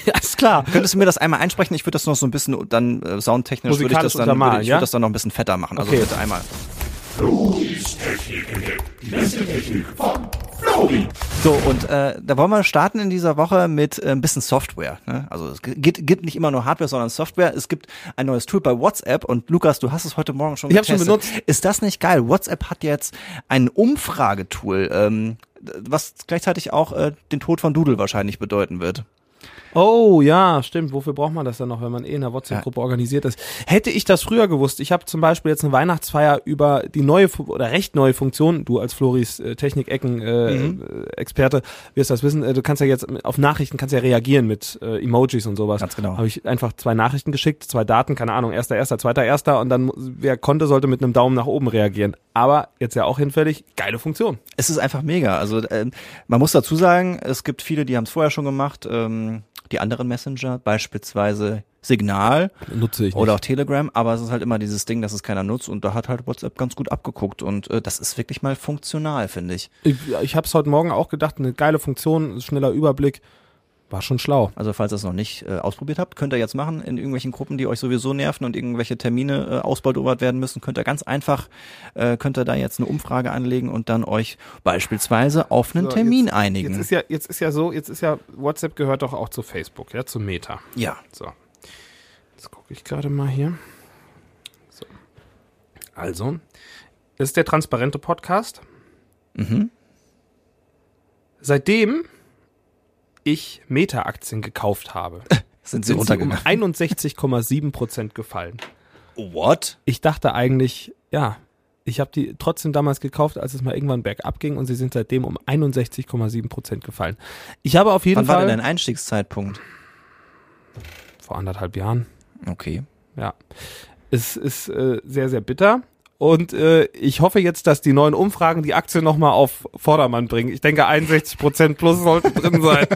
Ja, ist klar.
Könntest du mir das einmal einsprechen? Ich würde das noch so ein bisschen dann äh, soundtechnisch würde ich das
Musikalisch
dann würde,
untermalen,
ich
ja?
würd das dann noch ein bisschen fetter machen. Also
Okay.
bitte einmal. So, und äh, da wollen wir starten in dieser Woche mit äh, ein bisschen Software. Ne? Also es gi- gibt, gibt nicht immer nur Hardware, sondern Software. Es gibt ein neues Tool bei WhatsApp und Lukas, du hast es heute Morgen schon
Ich hab's schon
getestet.
benutzt.
Ist das nicht geil? WhatsApp hat jetzt ein Umfragetool, ähm, d- was gleichzeitig auch äh, den Tod von Doodle wahrscheinlich bedeuten wird.
Oh ja, stimmt. Wofür braucht man das dann noch, wenn man eh in einer WhatsApp-Gruppe organisiert ist? Hätte ich das früher gewusst, ich habe zum Beispiel jetzt eine Weihnachtsfeier über die neue Fu- oder recht neue Funktion, du als Floris äh, Technik-Ecken-Experte wirst das wissen, äh, du kannst ja jetzt mit- auf Nachrichten kannst ja reagieren mit äh, Emojis und sowas.
Ganz genau.
Habe ich einfach zwei Nachrichten geschickt, zwei Daten, keine Ahnung, erster, erster, zweiter, erster und dann mu- wer konnte, sollte mit einem Daumen nach oben reagieren. Aber jetzt ja auch hinfällig, geile Funktion.
Es ist einfach mega. Also ähm, man muss dazu sagen, es gibt viele, die haben es vorher schon gemacht. Ähm, die anderen Messenger, beispielsweise Signal
Nutze ich
oder auch Telegram, aber es ist halt immer dieses Ding, dass es keiner nutzt und da hat halt WhatsApp ganz gut abgeguckt und äh, das ist wirklich mal funktional, finde ich.
Ich, ich habe es heute Morgen auch gedacht, eine geile Funktion, schneller Überblick. War schon schlau.
Also falls ihr es noch nicht äh, ausprobiert habt, könnt ihr jetzt machen in irgendwelchen Gruppen, die euch sowieso nerven und irgendwelche Termine äh, ausbaldobert werden müssen, könnt ihr ganz einfach, äh, könnt ihr da jetzt eine Umfrage anlegen und dann euch beispielsweise auf einen
So,
Termin
jetzt,
einigen.
Jetzt ist, ja, jetzt ist ja so, jetzt ist ja, WhatsApp gehört doch auch zu Facebook, ja, zu Meta.
ja.
So. Jetzt gucke ich gerade mal hier. So. Also, das ist der transparente Podcast.
Mhm.
Seitdem ich Meta-Aktien gekauft habe,
Sind sie
sind sie um
runtergegangen?
61,7% gefallen.
What?
ich dachte eigentlich, ja, ich habe die trotzdem damals gekauft, als es mal irgendwann bergab ging und sie sind seitdem um 61,7 Prozent gefallen. Ich habe auf jeden
Wann war
Fall
denn dein Einstiegszeitpunkt?
vor anderthalb Jahren.
Okay.
Ja, es ist äh, sehr sehr bitter. Und äh, ich hoffe jetzt, dass die neuen Umfragen die Aktie nochmal auf Vordermann bringen. Ich denke, 61% plus sollten drin sein.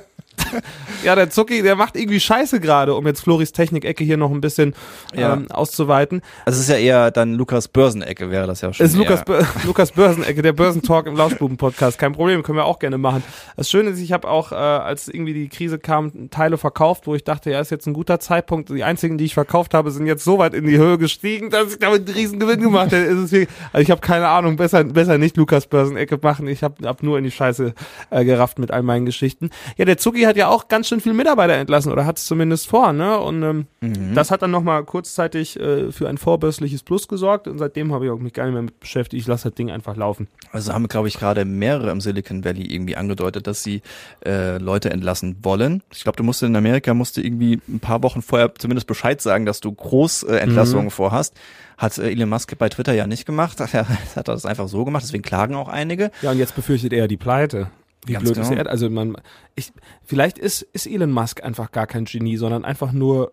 ja, der Zucki, der macht irgendwie Scheiße gerade, um jetzt Floris Technik-Ecke hier noch ein bisschen
Ja.
ähm, auszuweiten.
Also es ist ja eher dann Lukas Börsenecke wäre das ja schon.
Es ist
eher.
Lukas, Bö- Lukas Börsenecke, der Börsentalk im Lauschbuben-Podcast. Kein Problem, können wir auch gerne machen. Das Schöne ist, ich habe auch, äh, als irgendwie die Krise kam, Teile verkauft, wo ich dachte, ja, ist jetzt ein guter Zeitpunkt. Die einzigen, die ich verkauft habe, sind jetzt so weit in die Höhe gestiegen, dass ich damit einen riesen Gewinn gemacht hätte. Es ist wirklich- also ich habe keine Ahnung, besser, besser nicht Lukas Börsenecke machen. Ich habe hab nur in die Scheiße äh, gerafft mit all meinen Geschichten. Ja, der Zucki hat ja auch ganz schön viele Mitarbeiter entlassen oder hat es zumindest vor, ne? Und ähm, das hat dann nochmal kurzzeitig äh, für ein vorbörsliches Plus gesorgt und seitdem habe ich auch mich gar nicht mehr mit beschäftigt. Ich lasse das Ding einfach laufen.
Also haben, glaube ich, gerade mehrere im Silicon Valley irgendwie angedeutet, dass sie äh, Leute entlassen wollen. Ich glaube, du musst in Amerika musst du irgendwie ein paar Wochen vorher zumindest Bescheid sagen, dass du Großentlassungen äh,
Mhm.
Entlassungen vorhast. Hat äh, Elon Musk bei Twitter ja nicht gemacht. Hat er hat er das einfach so gemacht. Deswegen klagen auch einige.
Ja, und jetzt befürchtet er die Pleite. Wie
Ganz
blöd ist
genau.
er? Also man, ich, vielleicht ist, ist Elon Musk einfach gar kein Genie, sondern einfach nur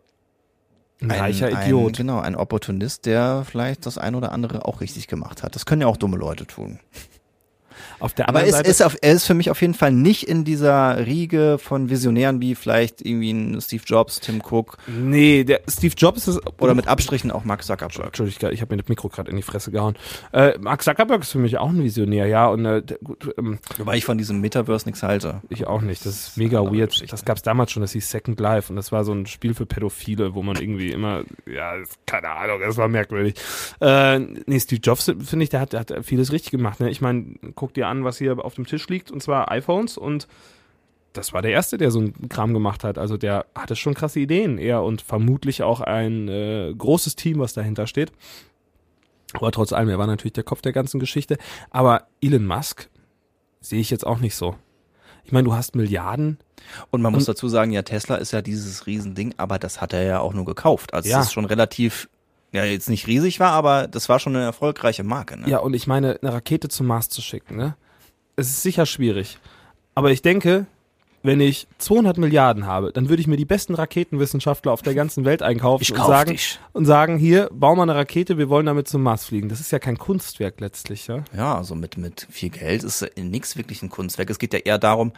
ein, reicher
ein,
Idiot.
Genau, ein Opportunist, der vielleicht das ein oder andere auch richtig gemacht hat. Das können ja auch dumme Leute tun.
Auf der
Aber
anderen
es
Seite,
ist auf, er ist für mich auf jeden Fall nicht in dieser Riege von Visionären wie vielleicht irgendwie ein Steve Jobs, Tim Cook
nee, der Steve Jobs ist
oder mit Abstrichen auch Mark Zuckerberg.
Entschuldigung, ich habe mir das Mikro gerade in die Fresse gehauen. Äh, Mark Zuckerberg ist für mich auch ein Visionär, ja, und äh, der- gut, ähm,
Wobei ich von diesem Metaverse nichts halte.
Ich auch nicht. Das ist mega
andere
weird.
Geschichte.
Das gab's damals schon, das hieß Second Life und das war so ein Spiel für Pädophile, wo man irgendwie immer, ja, das- keine Ahnung, das war merkwürdig. Äh, nee, Steve Jobs, finde ich, der hat, der hat vieles richtig gemacht. Ne? Ich meine, guck dir an, was hier auf dem Tisch liegt und zwar iPhones und das war der Erste, der so einen Kram gemacht hat. Also der hatte schon krasse Ideen eher und vermutlich auch ein äh, großes Team, was dahinter steht. Aber trotz allem, er war natürlich der Kopf der ganzen Geschichte. Aber Elon Musk sehe ich jetzt auch nicht so. Ich meine, du hast Milliarden.
Und man muss dazu sagen, ja, Tesla ist ja dieses Riesending, aber das hat er ja auch nur gekauft. Also
Ja.
es ist schon relativ, ja, jetzt nicht riesig war, aber das war schon eine erfolgreiche Marke. Ne?
Ja, und ich meine, eine Rakete zum Mars zu schicken, ne? Es ist sicher schwierig. Aber ich denke, wenn ich 200 Milliarden habe, dann würde ich mir die besten Raketenwissenschaftler auf der ganzen Welt einkaufen
Ich
und,
kauf
sagen,
dich.
und sagen, hier, bau mal eine Rakete, wir wollen damit zum Mars fliegen. Das ist ja kein Kunstwerk letztlich, ja?
Ja, also mit, mit viel Geld ist nichts wirklich ein Kunstwerk. Es geht ja eher darum,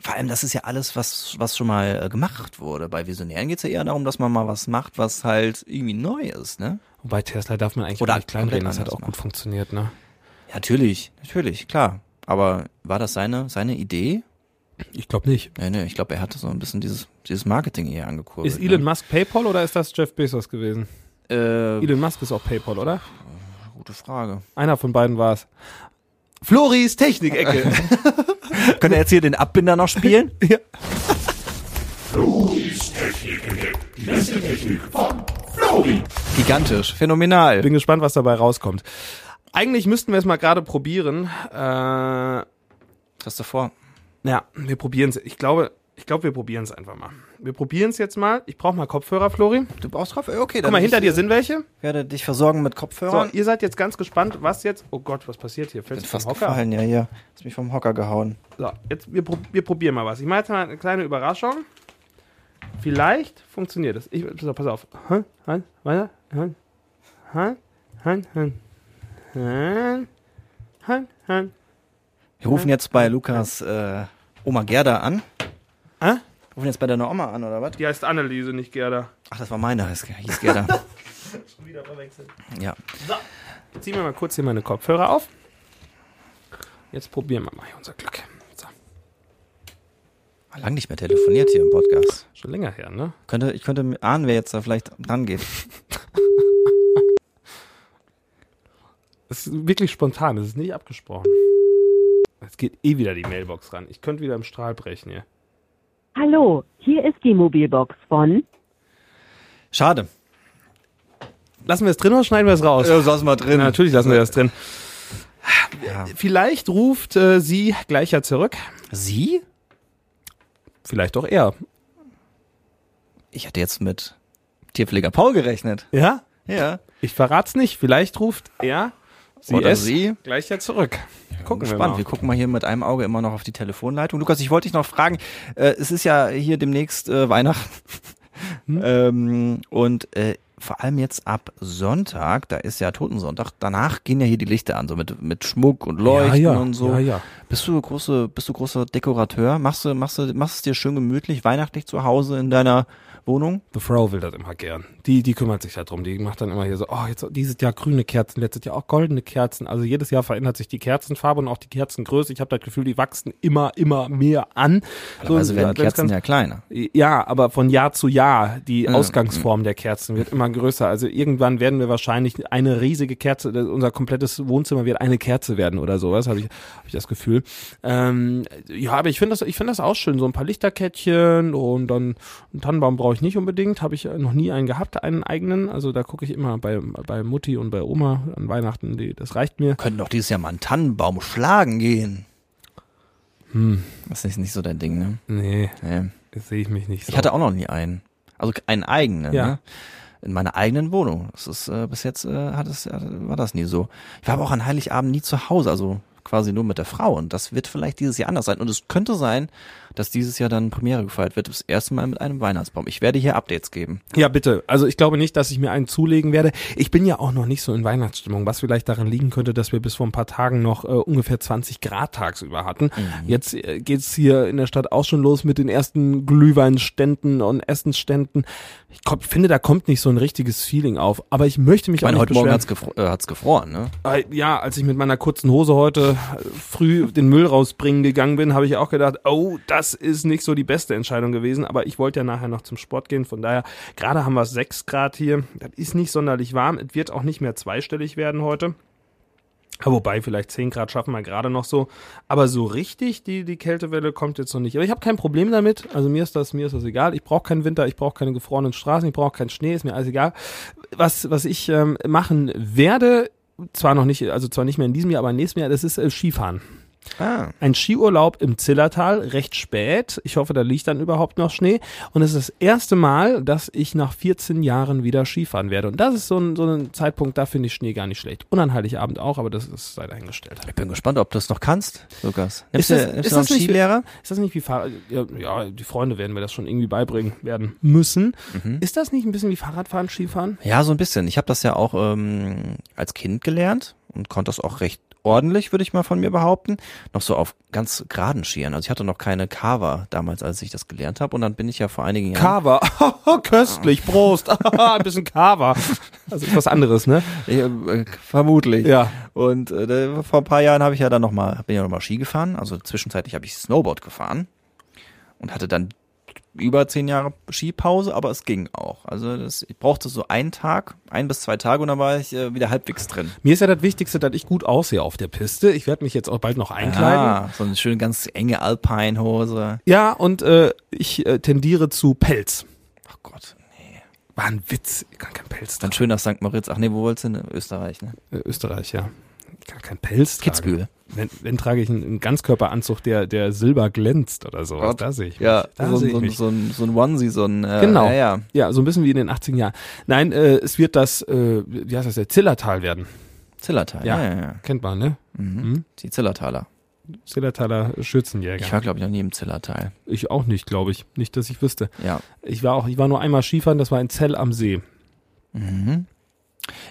vor allem das ist ja alles, was, was schon mal äh, gemacht wurde. Bei Visionären geht's ja eher darum, dass man mal was macht, was halt irgendwie neu ist, ne?
Wobei Tesla darf man eigentlich
Oder
auch nicht kleinreden,
komplett
das hat
anders
auch
machen.
gut funktioniert, ne?
Ja, natürlich, natürlich, klar. Aber war das seine, seine Idee?
Ich glaube nicht.
Nee, nee, ich glaube, er hatte so ein bisschen dieses, dieses Marketing eher angekurbelt.
Ist Elon
ne?
Musk PayPal oder ist das Jeff Bezos gewesen?
Äh,
Elon Musk ist auch PayPal, oder?
gute Frage.
Einer von beiden war es.
Floris Technik-Ecke.
Können er jetzt hier den Abbinder noch spielen? Gigantisch, phänomenal.
Bin gespannt, was dabei rauskommt. Eigentlich müssten wir es mal gerade probieren. Äh, ja,
Was hast du vor?
wir probieren es. Ich glaube, ich glaube, wir probieren es einfach mal. Wir probieren es jetzt mal. Ich brauche mal Kopfhörer, Flori.
Du brauchst Kopfhörer? Okay,
Guck mal, hinter dir sind welche.
Ich werde dich versorgen mit
So,
Kopfhörern.
ihr seid jetzt ganz gespannt, was jetzt. Oh Gott, was passiert hier? Fällst
bin
du vom
fast
Hocker?
gefallen, ja, hier. Hast mich vom Hocker gehauen.
So, jetzt wir, prob- wir probieren mal was. Ich mache jetzt mal eine kleine Überraschung. Vielleicht funktioniert es. Ich, so, pass auf. Hm, hm, weiter. Hm, hm, hm, hm. Hm, hm, hm.
Wir rufen jetzt bei Lukas äh, Oma Gerda an.
Hä?
Rufen jetzt bei deiner Oma an, oder was?
Die heißt Anneliese, nicht Gerda.
Ach, das war meine, heißt- hieß Gerda.
Schon wieder verwechselt.
ja.
Ich ziehe mir mal kurz hier meine Kopfhörer auf. Jetzt probieren wir mal hier unser Glück. So,
Lang nicht mehr telefoniert hier im Podcast.
schon länger her, ne?
Könnte, ich könnte ahnen, wer jetzt da vielleicht dran geht.
Es ist wirklich spontan, es ist nicht abgesprochen. Jetzt geht eh wieder die Mailbox ran. Ich könnte wieder im Strahl brechen hier.
Hallo, hier ist die Mobilbox von
Schade.
Lassen wir es drin oder schneiden wir es raus?
saß mal drin.
Ja, natürlich lassen wir das drin.
Ja.
Vielleicht ruft äh, sie gleich ja zurück.
Sie?
Vielleicht auch er.
Ich hatte jetzt mit Tierpfleger Paul gerechnet.
Ja?
Ja.
Ich verrat's nicht. Vielleicht ruft er sie,
Oder
es
sie.
gleich ja zurück. Gucken wir
Spannend.
mal.
Wir gucken mal hier mit einem Auge immer noch auf die Telefonleitung. Lukas, ich wollte dich noch fragen. Äh, es ist ja hier demnächst äh, Weihnachten.
Hm?
Ähm, und äh, vor allem jetzt ab Sonntag, da ist ja Totensonntag, danach gehen ja hier die Lichter an, so mit, mit Schmuck und Leuchten
ja,
und so.
ja, ja.
Bist du große, bist du großer Dekorateur? Machst du, machst du, machst es dir schön gemütlich, weihnachtlich zu Hause in deiner Wohnung?
Die Frau will das immer gern. Die, die kümmert sich darum. Die macht dann immer hier so, oh, jetzt dieses Jahr grüne Kerzen, letztes Jahr auch goldene Kerzen. Also jedes Jahr verändert sich die Kerzenfarbe und auch die Kerzengröße. Ich habe das Gefühl, die wachsen immer, immer mehr an. So,
also werden
wenn's
Kerzen
ganz-
ja ne? kleiner.
Ja, aber von Jahr zu Jahr, die Ausgangsform der Kerzen wird immer größer. Also irgendwann werden wir wahrscheinlich eine riesige Kerze, äh, unser komplettes Wohnzimmer wird eine Kerze werden oder sowas, habe ich, hab ich das Gefühl. Ähm, ja, aber ich finde das, ich finde das auch schön. So ein paar Lichterkettchen und dann einen Tannenbaum brauche ich nicht unbedingt. Habe ich äh, noch nie einen gehabt, einen eigenen. Also da gucke ich immer bei, bei Mutti und bei Oma an Weihnachten. Die, das reicht mir.
Können doch dieses Jahr mal einen Tannenbaum schlagen gehen. Hm. Das ist nicht so dein Ding, ne?
Nee,
Nee.
das sehe ich mich nicht so.
Ich hatte auch noch nie einen. Also einen eigenen,
Ja.
ne? In meiner eigenen Wohnung. Das ist äh, bis jetzt äh, hat es, äh, war das nie so. Ich war aber auch an Heiligabend nie zu Hause, also quasi nur mit der Frau. Und das wird vielleicht dieses Jahr anders sein. Und es könnte sein, dass dieses Jahr dann Premiere gefeiert wird. Das erste Mal mit einem Weihnachtsbaum. Ich werde hier Updates geben.
Ja, bitte. Also ich glaube nicht, dass ich mir einen zulegen werde. Ich bin ja auch noch nicht so in Weihnachtsstimmung, was vielleicht daran liegen könnte, dass wir bis vor ein paar Tagen noch äh, ungefähr 20 Grad tagsüber hatten.
Mhm.
Jetzt äh, geht's hier in der Stadt auch schon los mit den ersten Glühweinständen und Essensständen. Ich komm, finde, da kommt nicht so ein richtiges Feeling auf. Aber ich möchte mich
Ich meine,
auch nicht
heute Morgen
beschweren.
hat's, gefro äh, hat's gefroren, ne?
Äh, ja, als ich mit meiner kurzen Hose heute äh, früh den Müll rausbringen gegangen bin, habe ich auch gedacht, oh, das ist nicht so die beste Entscheidung gewesen, aber ich wollte ja nachher noch zum Sport gehen, von daher, gerade haben wir 6 Grad hier, das ist nicht sonderlich warm, es wird auch nicht mehr zweistellig werden heute. Ja, Wobei, vielleicht 10 Grad schaffen wir gerade noch so. Aber so richtig, die, die Kältewelle kommt jetzt noch nicht. Aber ich habe kein Problem damit. Also mir ist das, mir ist das egal. Ich brauche keinen Winter, ich brauche keine gefrorenen Straßen, ich brauche keinen Schnee, ist mir alles egal. Was, was ich ähm, machen werde, zwar noch nicht, also zwar nicht mehr in diesem Jahr, aber nächstes Jahr, das ist äh, Skifahren.
Ah.
Ein Skiurlaub im Zillertal, recht spät. Ich hoffe, da liegt dann überhaupt noch Schnee. Und es ist das erste Mal, dass ich nach 14 Jahren wieder Skifahren werde. Und das ist so ein, so ein Zeitpunkt, da finde ich Schnee gar nicht schlecht. Und an Heiligabend auch, aber das ist sei dahingestellt.
Ich bin gespannt, ob du es noch kannst, Lukas. Nimmst
Ist
du,
das-
nimmst
ist
du noch
das
einen
nicht-
Skilehrer?
Ist das nicht wie Fahrrad? Ja, ja, die Freunde werden mir das schon irgendwie beibringen werden müssen. Ist das nicht ein bisschen wie Fahrradfahren, Skifahren?
Ja, so ein bisschen. Ich habe das ja auch ähm, als Kind gelernt und konnte das auch recht ordentlich, würde ich mal von mir behaupten. Noch so auf ganz geraden Skiern. Also ich hatte noch keine Carver damals, als ich das gelernt habe. Und dann bin ich ja vor einigen Jahren.
Kava. Köstlich, Prost. Ein bisschen Kava. Also ist was anderes, ne?
Ja, äh, vermutlich.
Ja.
Und äh, da- vor ein paar Jahren habe ich ja dann noch mal, bin ja noch mal Ski gefahren. Also zwischenzeitlich habe ich Snowboard gefahren und hatte dann über zehn Jahre Skipause, aber es ging auch. Also das, ich brauchte so einen Tag, ein bis zwei Tage und dann war ich äh, wieder halbwegs drin.
Mir ist ja das Wichtigste, dass ich gut aussehe auf der Piste. Ich werde mich jetzt auch bald noch einkleiden.
Ah, so eine schöne ganz enge Alpine-Hose.
Ja, und äh, ich äh, tendiere zu Pelz.
Ach Gott. nee.
War ein Witz. Ich kann kein Pelz
Dann
tragen.
schön nach St. Moritz. Ach nee, wo wolltest du hin? Österreich, ne?
Äh, Österreich, ja. Ich kann kein Pelz tragen.
Kitzbühel.
Wenn, wenn trage ich einen, einen Ganzkörperanzug, der, der silber glänzt oder sowas.
Gott.
Da sehe ich mich.
Ja,
da
so,
sehe
ein-
ich
so, ein-
mich.
so, ein, so ein Onesie, so ein... Äh,
Genau.
Ja, ja.
Ja, so ein bisschen wie in den 18 Jahren. Nein, äh, es wird das, äh, wie heißt das, der Zillertal werden.
Zillertal.
Ja.
Ja, ja, ja. Mhm.
Kennt man, ne?
Die Zillertaler.
Zillertaler Schützenjäger.
Ich war, glaube ich, noch nie im Zillertal.
ich auch nicht, glaube ich. Nicht, dass ich wüsste.
Ja.
Ich war auch, ich war nur einmal Skifahren, das war in Zell am See.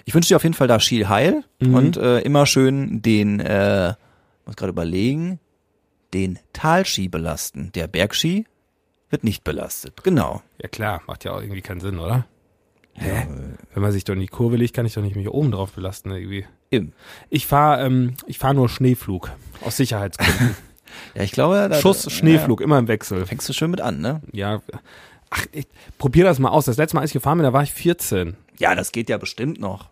Ich wünsche dir auf jeden Fall da Schiel heil
Mhm.
und äh, immer schön den, äh, muss gerade überlegen, den Talski belasten. Der Bergski wird nicht belastet. Genau.
Ja klar, macht ja auch irgendwie keinen Sinn, oder? Hä?
äh.
Wenn man sich doch in die Kurve legt, kann ich doch nicht mich oben drauf belasten ne, irgendwie.
Eben.
Ich fahre ähm, ich fahr nur Schneeflug, aus Sicherheitsgründen.
Ja, ich glaube, da,
Schuss,
Ja,
Schneeflug, immer im Wechsel.
fängst du schön mit an, ne?
Ja, ach, ich probier das mal aus. Das letzte Mal, als ich gefahren bin, da war ich 14.
Ja, das geht ja bestimmt noch.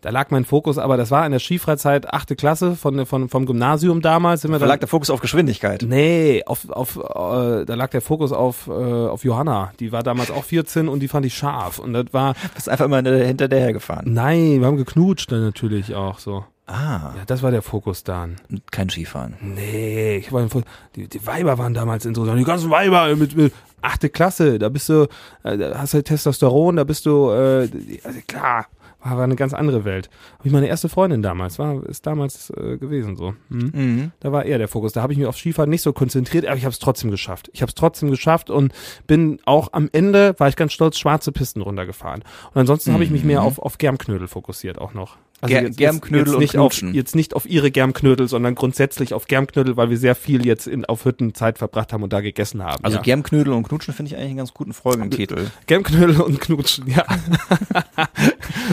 Da lag mein Fokus, aber das war in der Skifreizeit, achte Klasse von, von, vom Gymnasium damals. Sind wir
Da
dann-
lag der Fokus auf Geschwindigkeit.
Nee, auf, auf, äh, da lag der Fokus auf, äh, auf Johanna. Die war damals auch 14 und die fand ich scharf. Und das war,
Bist einfach immer äh, hinter der hergefahren.
nein, wir haben geknutscht dann natürlich auch so.
Ah,
Ja, das war der Fokus dann.
und kein Skifahren.
Nee, ich war voll, die, die Weiber waren damals interessant. Die ganzen Weiber mit, mit achte Klasse, da bist du, äh, da hast halt Testosteron, da bist du, äh, die- also klar, war, war eine ganz andere Welt. Hab ich meine erste Freundin damals, war, ist damals äh, gewesen so. Mhm.
Mhm.
Da war eher der Fokus. Da habe ich mich auf Skifahren nicht so konzentriert, aber ich habe es trotzdem geschafft. Ich habe es trotzdem geschafft und bin auch am Ende, war ich ganz stolz, schwarze Pisten runtergefahren. Und ansonsten habe ich mich mehr auf, auf Germknödel fokussiert auch noch.
Mhm. Ger- Germknödel und
nicht auf,
Knutschen.
jetzt nicht auf ihre Germknödel, sondern grundsätzlich auf Germknödel, weil wir sehr viel jetzt in, auf Hütten Zeit verbracht haben und da gegessen haben.
Also
ja.
Germknödel und Knutschen finde ich eigentlich einen ganz guten Folgentitel.
Germknödel und Knutschen, ja.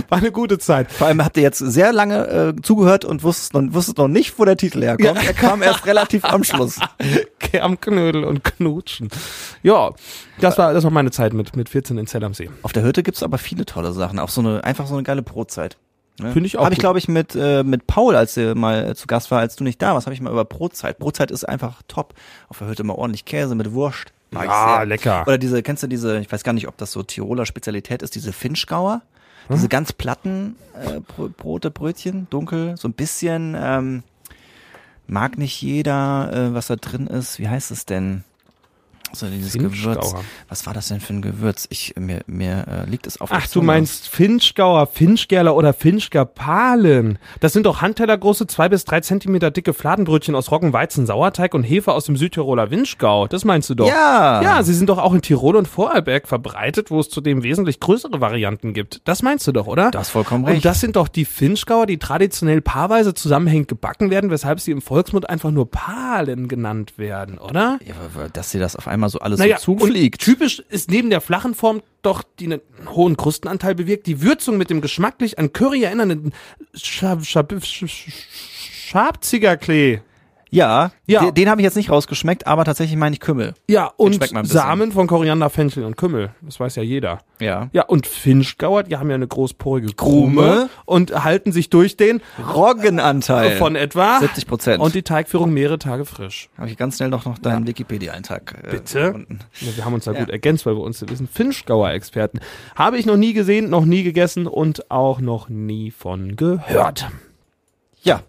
war eine gute Zeit.
Vor allem habt ihr jetzt sehr lange äh, zugehört und wusstet noch, wusstet noch nicht, wo der Titel herkommt. Er kam erst relativ am Schluss.
Germknödel und Knutschen. Ja,
Äh.
das war, das war meine Zeit mit, mit 14 in Zell am See.
Auf der Hütte gibt's aber viele tolle Sachen. Auch so eine, einfach so eine geile Brotzeit. Ne?
Finde ich auch
Habe ich,
gut.
glaube ich, mit, äh, mit Paul, als er mal äh, zu Gast war, als du nicht da warst, habe ich mal über Brotzeit. Brotzeit ist einfach top. Auf der Hütte immer ordentlich Käse mit Wurst. Mag ich
Ah,
sehr.
lecker.
Oder diese, kennst du diese, ich weiß gar nicht, ob das so Tiroler Spezialität ist, diese Finchgauer?
Hm?
Diese ganz platten äh, Bro- Brote, Brötchen, dunkel, so ein bisschen, ähm, mag nicht jeder, äh, was da drin ist. Wie heißt es denn? So dieses
Finchgauer.
Gewürz. Was war das denn für ein Gewürz? Ich, mir mir äh, liegt es auf der
Ach, du
Zunge.
meinst Finchgauer, Finchgerler oder Finchgerpalen. Das sind doch handtellergroße, zwei bis drei Zentimeter dicke Fladenbrötchen aus Roggenweizen, Sauerteig und Hefe aus dem Südtiroler Winchgau. Das meinst du doch.
Ja.
Ja, sie sind doch auch in Tirol und Vorarlberg verbreitet, wo es zudem wesentlich größere Varianten gibt. Das meinst du doch, oder?
Du hast vollkommen
Und
recht.
das sind doch die Finchgauer, die traditionell paarweise zusammenhängend gebacken werden, weshalb sie im Volksmund einfach nur Palen genannt werden, oder?
Ja, aber- aber dass dir das auf einmal so alles so
und
zufliegt.
typisch ist neben der flachen Form doch, die einen hohen Krustenanteil bewirkt, die Würzung mit dem geschmacklich an Curry erinnernden Schab- Schab- Sch- Sch- Schabzigerklee.
Ja,
Ja.
den, den habe ich jetzt nicht rausgeschmeckt, aber tatsächlich meine ich Kümmel.
Ja, und
schmeckt man ein bisschen.
Samen von Koriander, Fenchel und Kümmel. Das weiß ja jeder.
Ja.
Ja, und Finchgauer, die haben ja eine großporige Krume
Krume.
und halten sich durch den
Roggenanteil.
von etwa
70%.
und die Teigführung mehrere Tage frisch.
habe ich ganz schnell noch, noch deinen Wikipedia-Eintrag. Äh,
Bitte?
gefunden.
Ja, wir haben uns da
Ja.
gut ergänzt, weil wir uns wir sind Finchgauer-Experten. Habe ich noch nie gesehen, noch nie gegessen und auch noch nie von gehört.
Ja.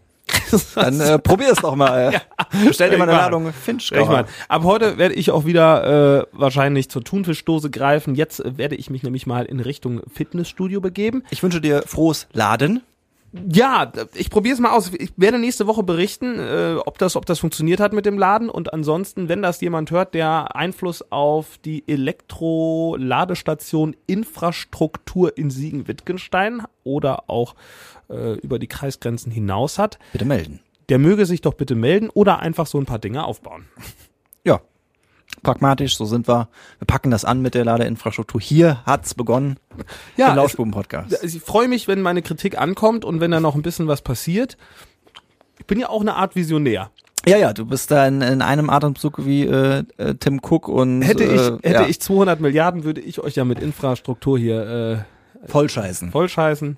Dann äh, probier es doch mal. Bestell dir mal eine
Irgendwann.
Ladung
Ich
Finchgauer.
meine, ab heute werde ich auch wieder äh, wahrscheinlich zur Thunfischdose greifen. Jetzt äh, werde ich mich nämlich mal in Richtung Fitnessstudio begeben.
Ich wünsche dir frohes Laden.
Ja, ich probiere es mal aus. Ich werde nächste Woche berichten, äh, ob, das, ob das funktioniert hat mit dem Laden. Und ansonsten, wenn das jemand hört, der Einfluss auf die Elektroladestation Infrastruktur in Siegen-Wittgenstein oder auch äh, über die Kreisgrenzen hinaus hat,
Bitte melden.
der möge sich doch bitte melden oder einfach so ein paar Dinge aufbauen.
Ja. Pragmatisch, so sind wir. Wir packen das an mit der Ladeinfrastruktur. Hier hat's begonnen. der
Ja, Ah, es-
Lausbuben-Podcast.
Also ich freue mich, wenn meine Kritik ankommt und wenn da noch ein bisschen was passiert. Ich bin ja auch eine Art Visionär.
Ja, ja, du bist da in, in einem Atemzug wie äh, äh, Tim Cook und
Hätte ich, hätte
äh, ja,
ich 200 Milliarden, würde ich euch ja mit Infrastruktur hier äh,
vollscheißen.
vollscheißen.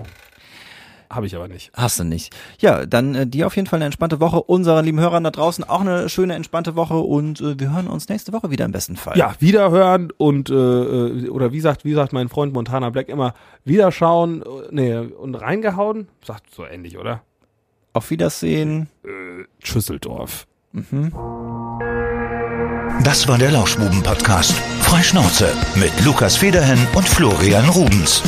Habe ich aber nicht.
Hast du nicht. Ja, dann äh, dir auf jeden Fall eine entspannte Woche. Unseren lieben Hörern da draußen auch eine schöne, entspannte Woche und äh, wir hören uns nächste Woche wieder im besten Fall.
Ja, wiederhören und äh, äh, oder wie sagt, wie sagt mein Freund Montana Black immer, wiederschauen, äh, nee, und reingehauen, sagt so ähnlich, oder?
Auf Wiedersehen.
Schüsseldorf.
Das war der Lauschbuben-Podcast. Freischnauze mit Lukas Federhen und Florian Rubens.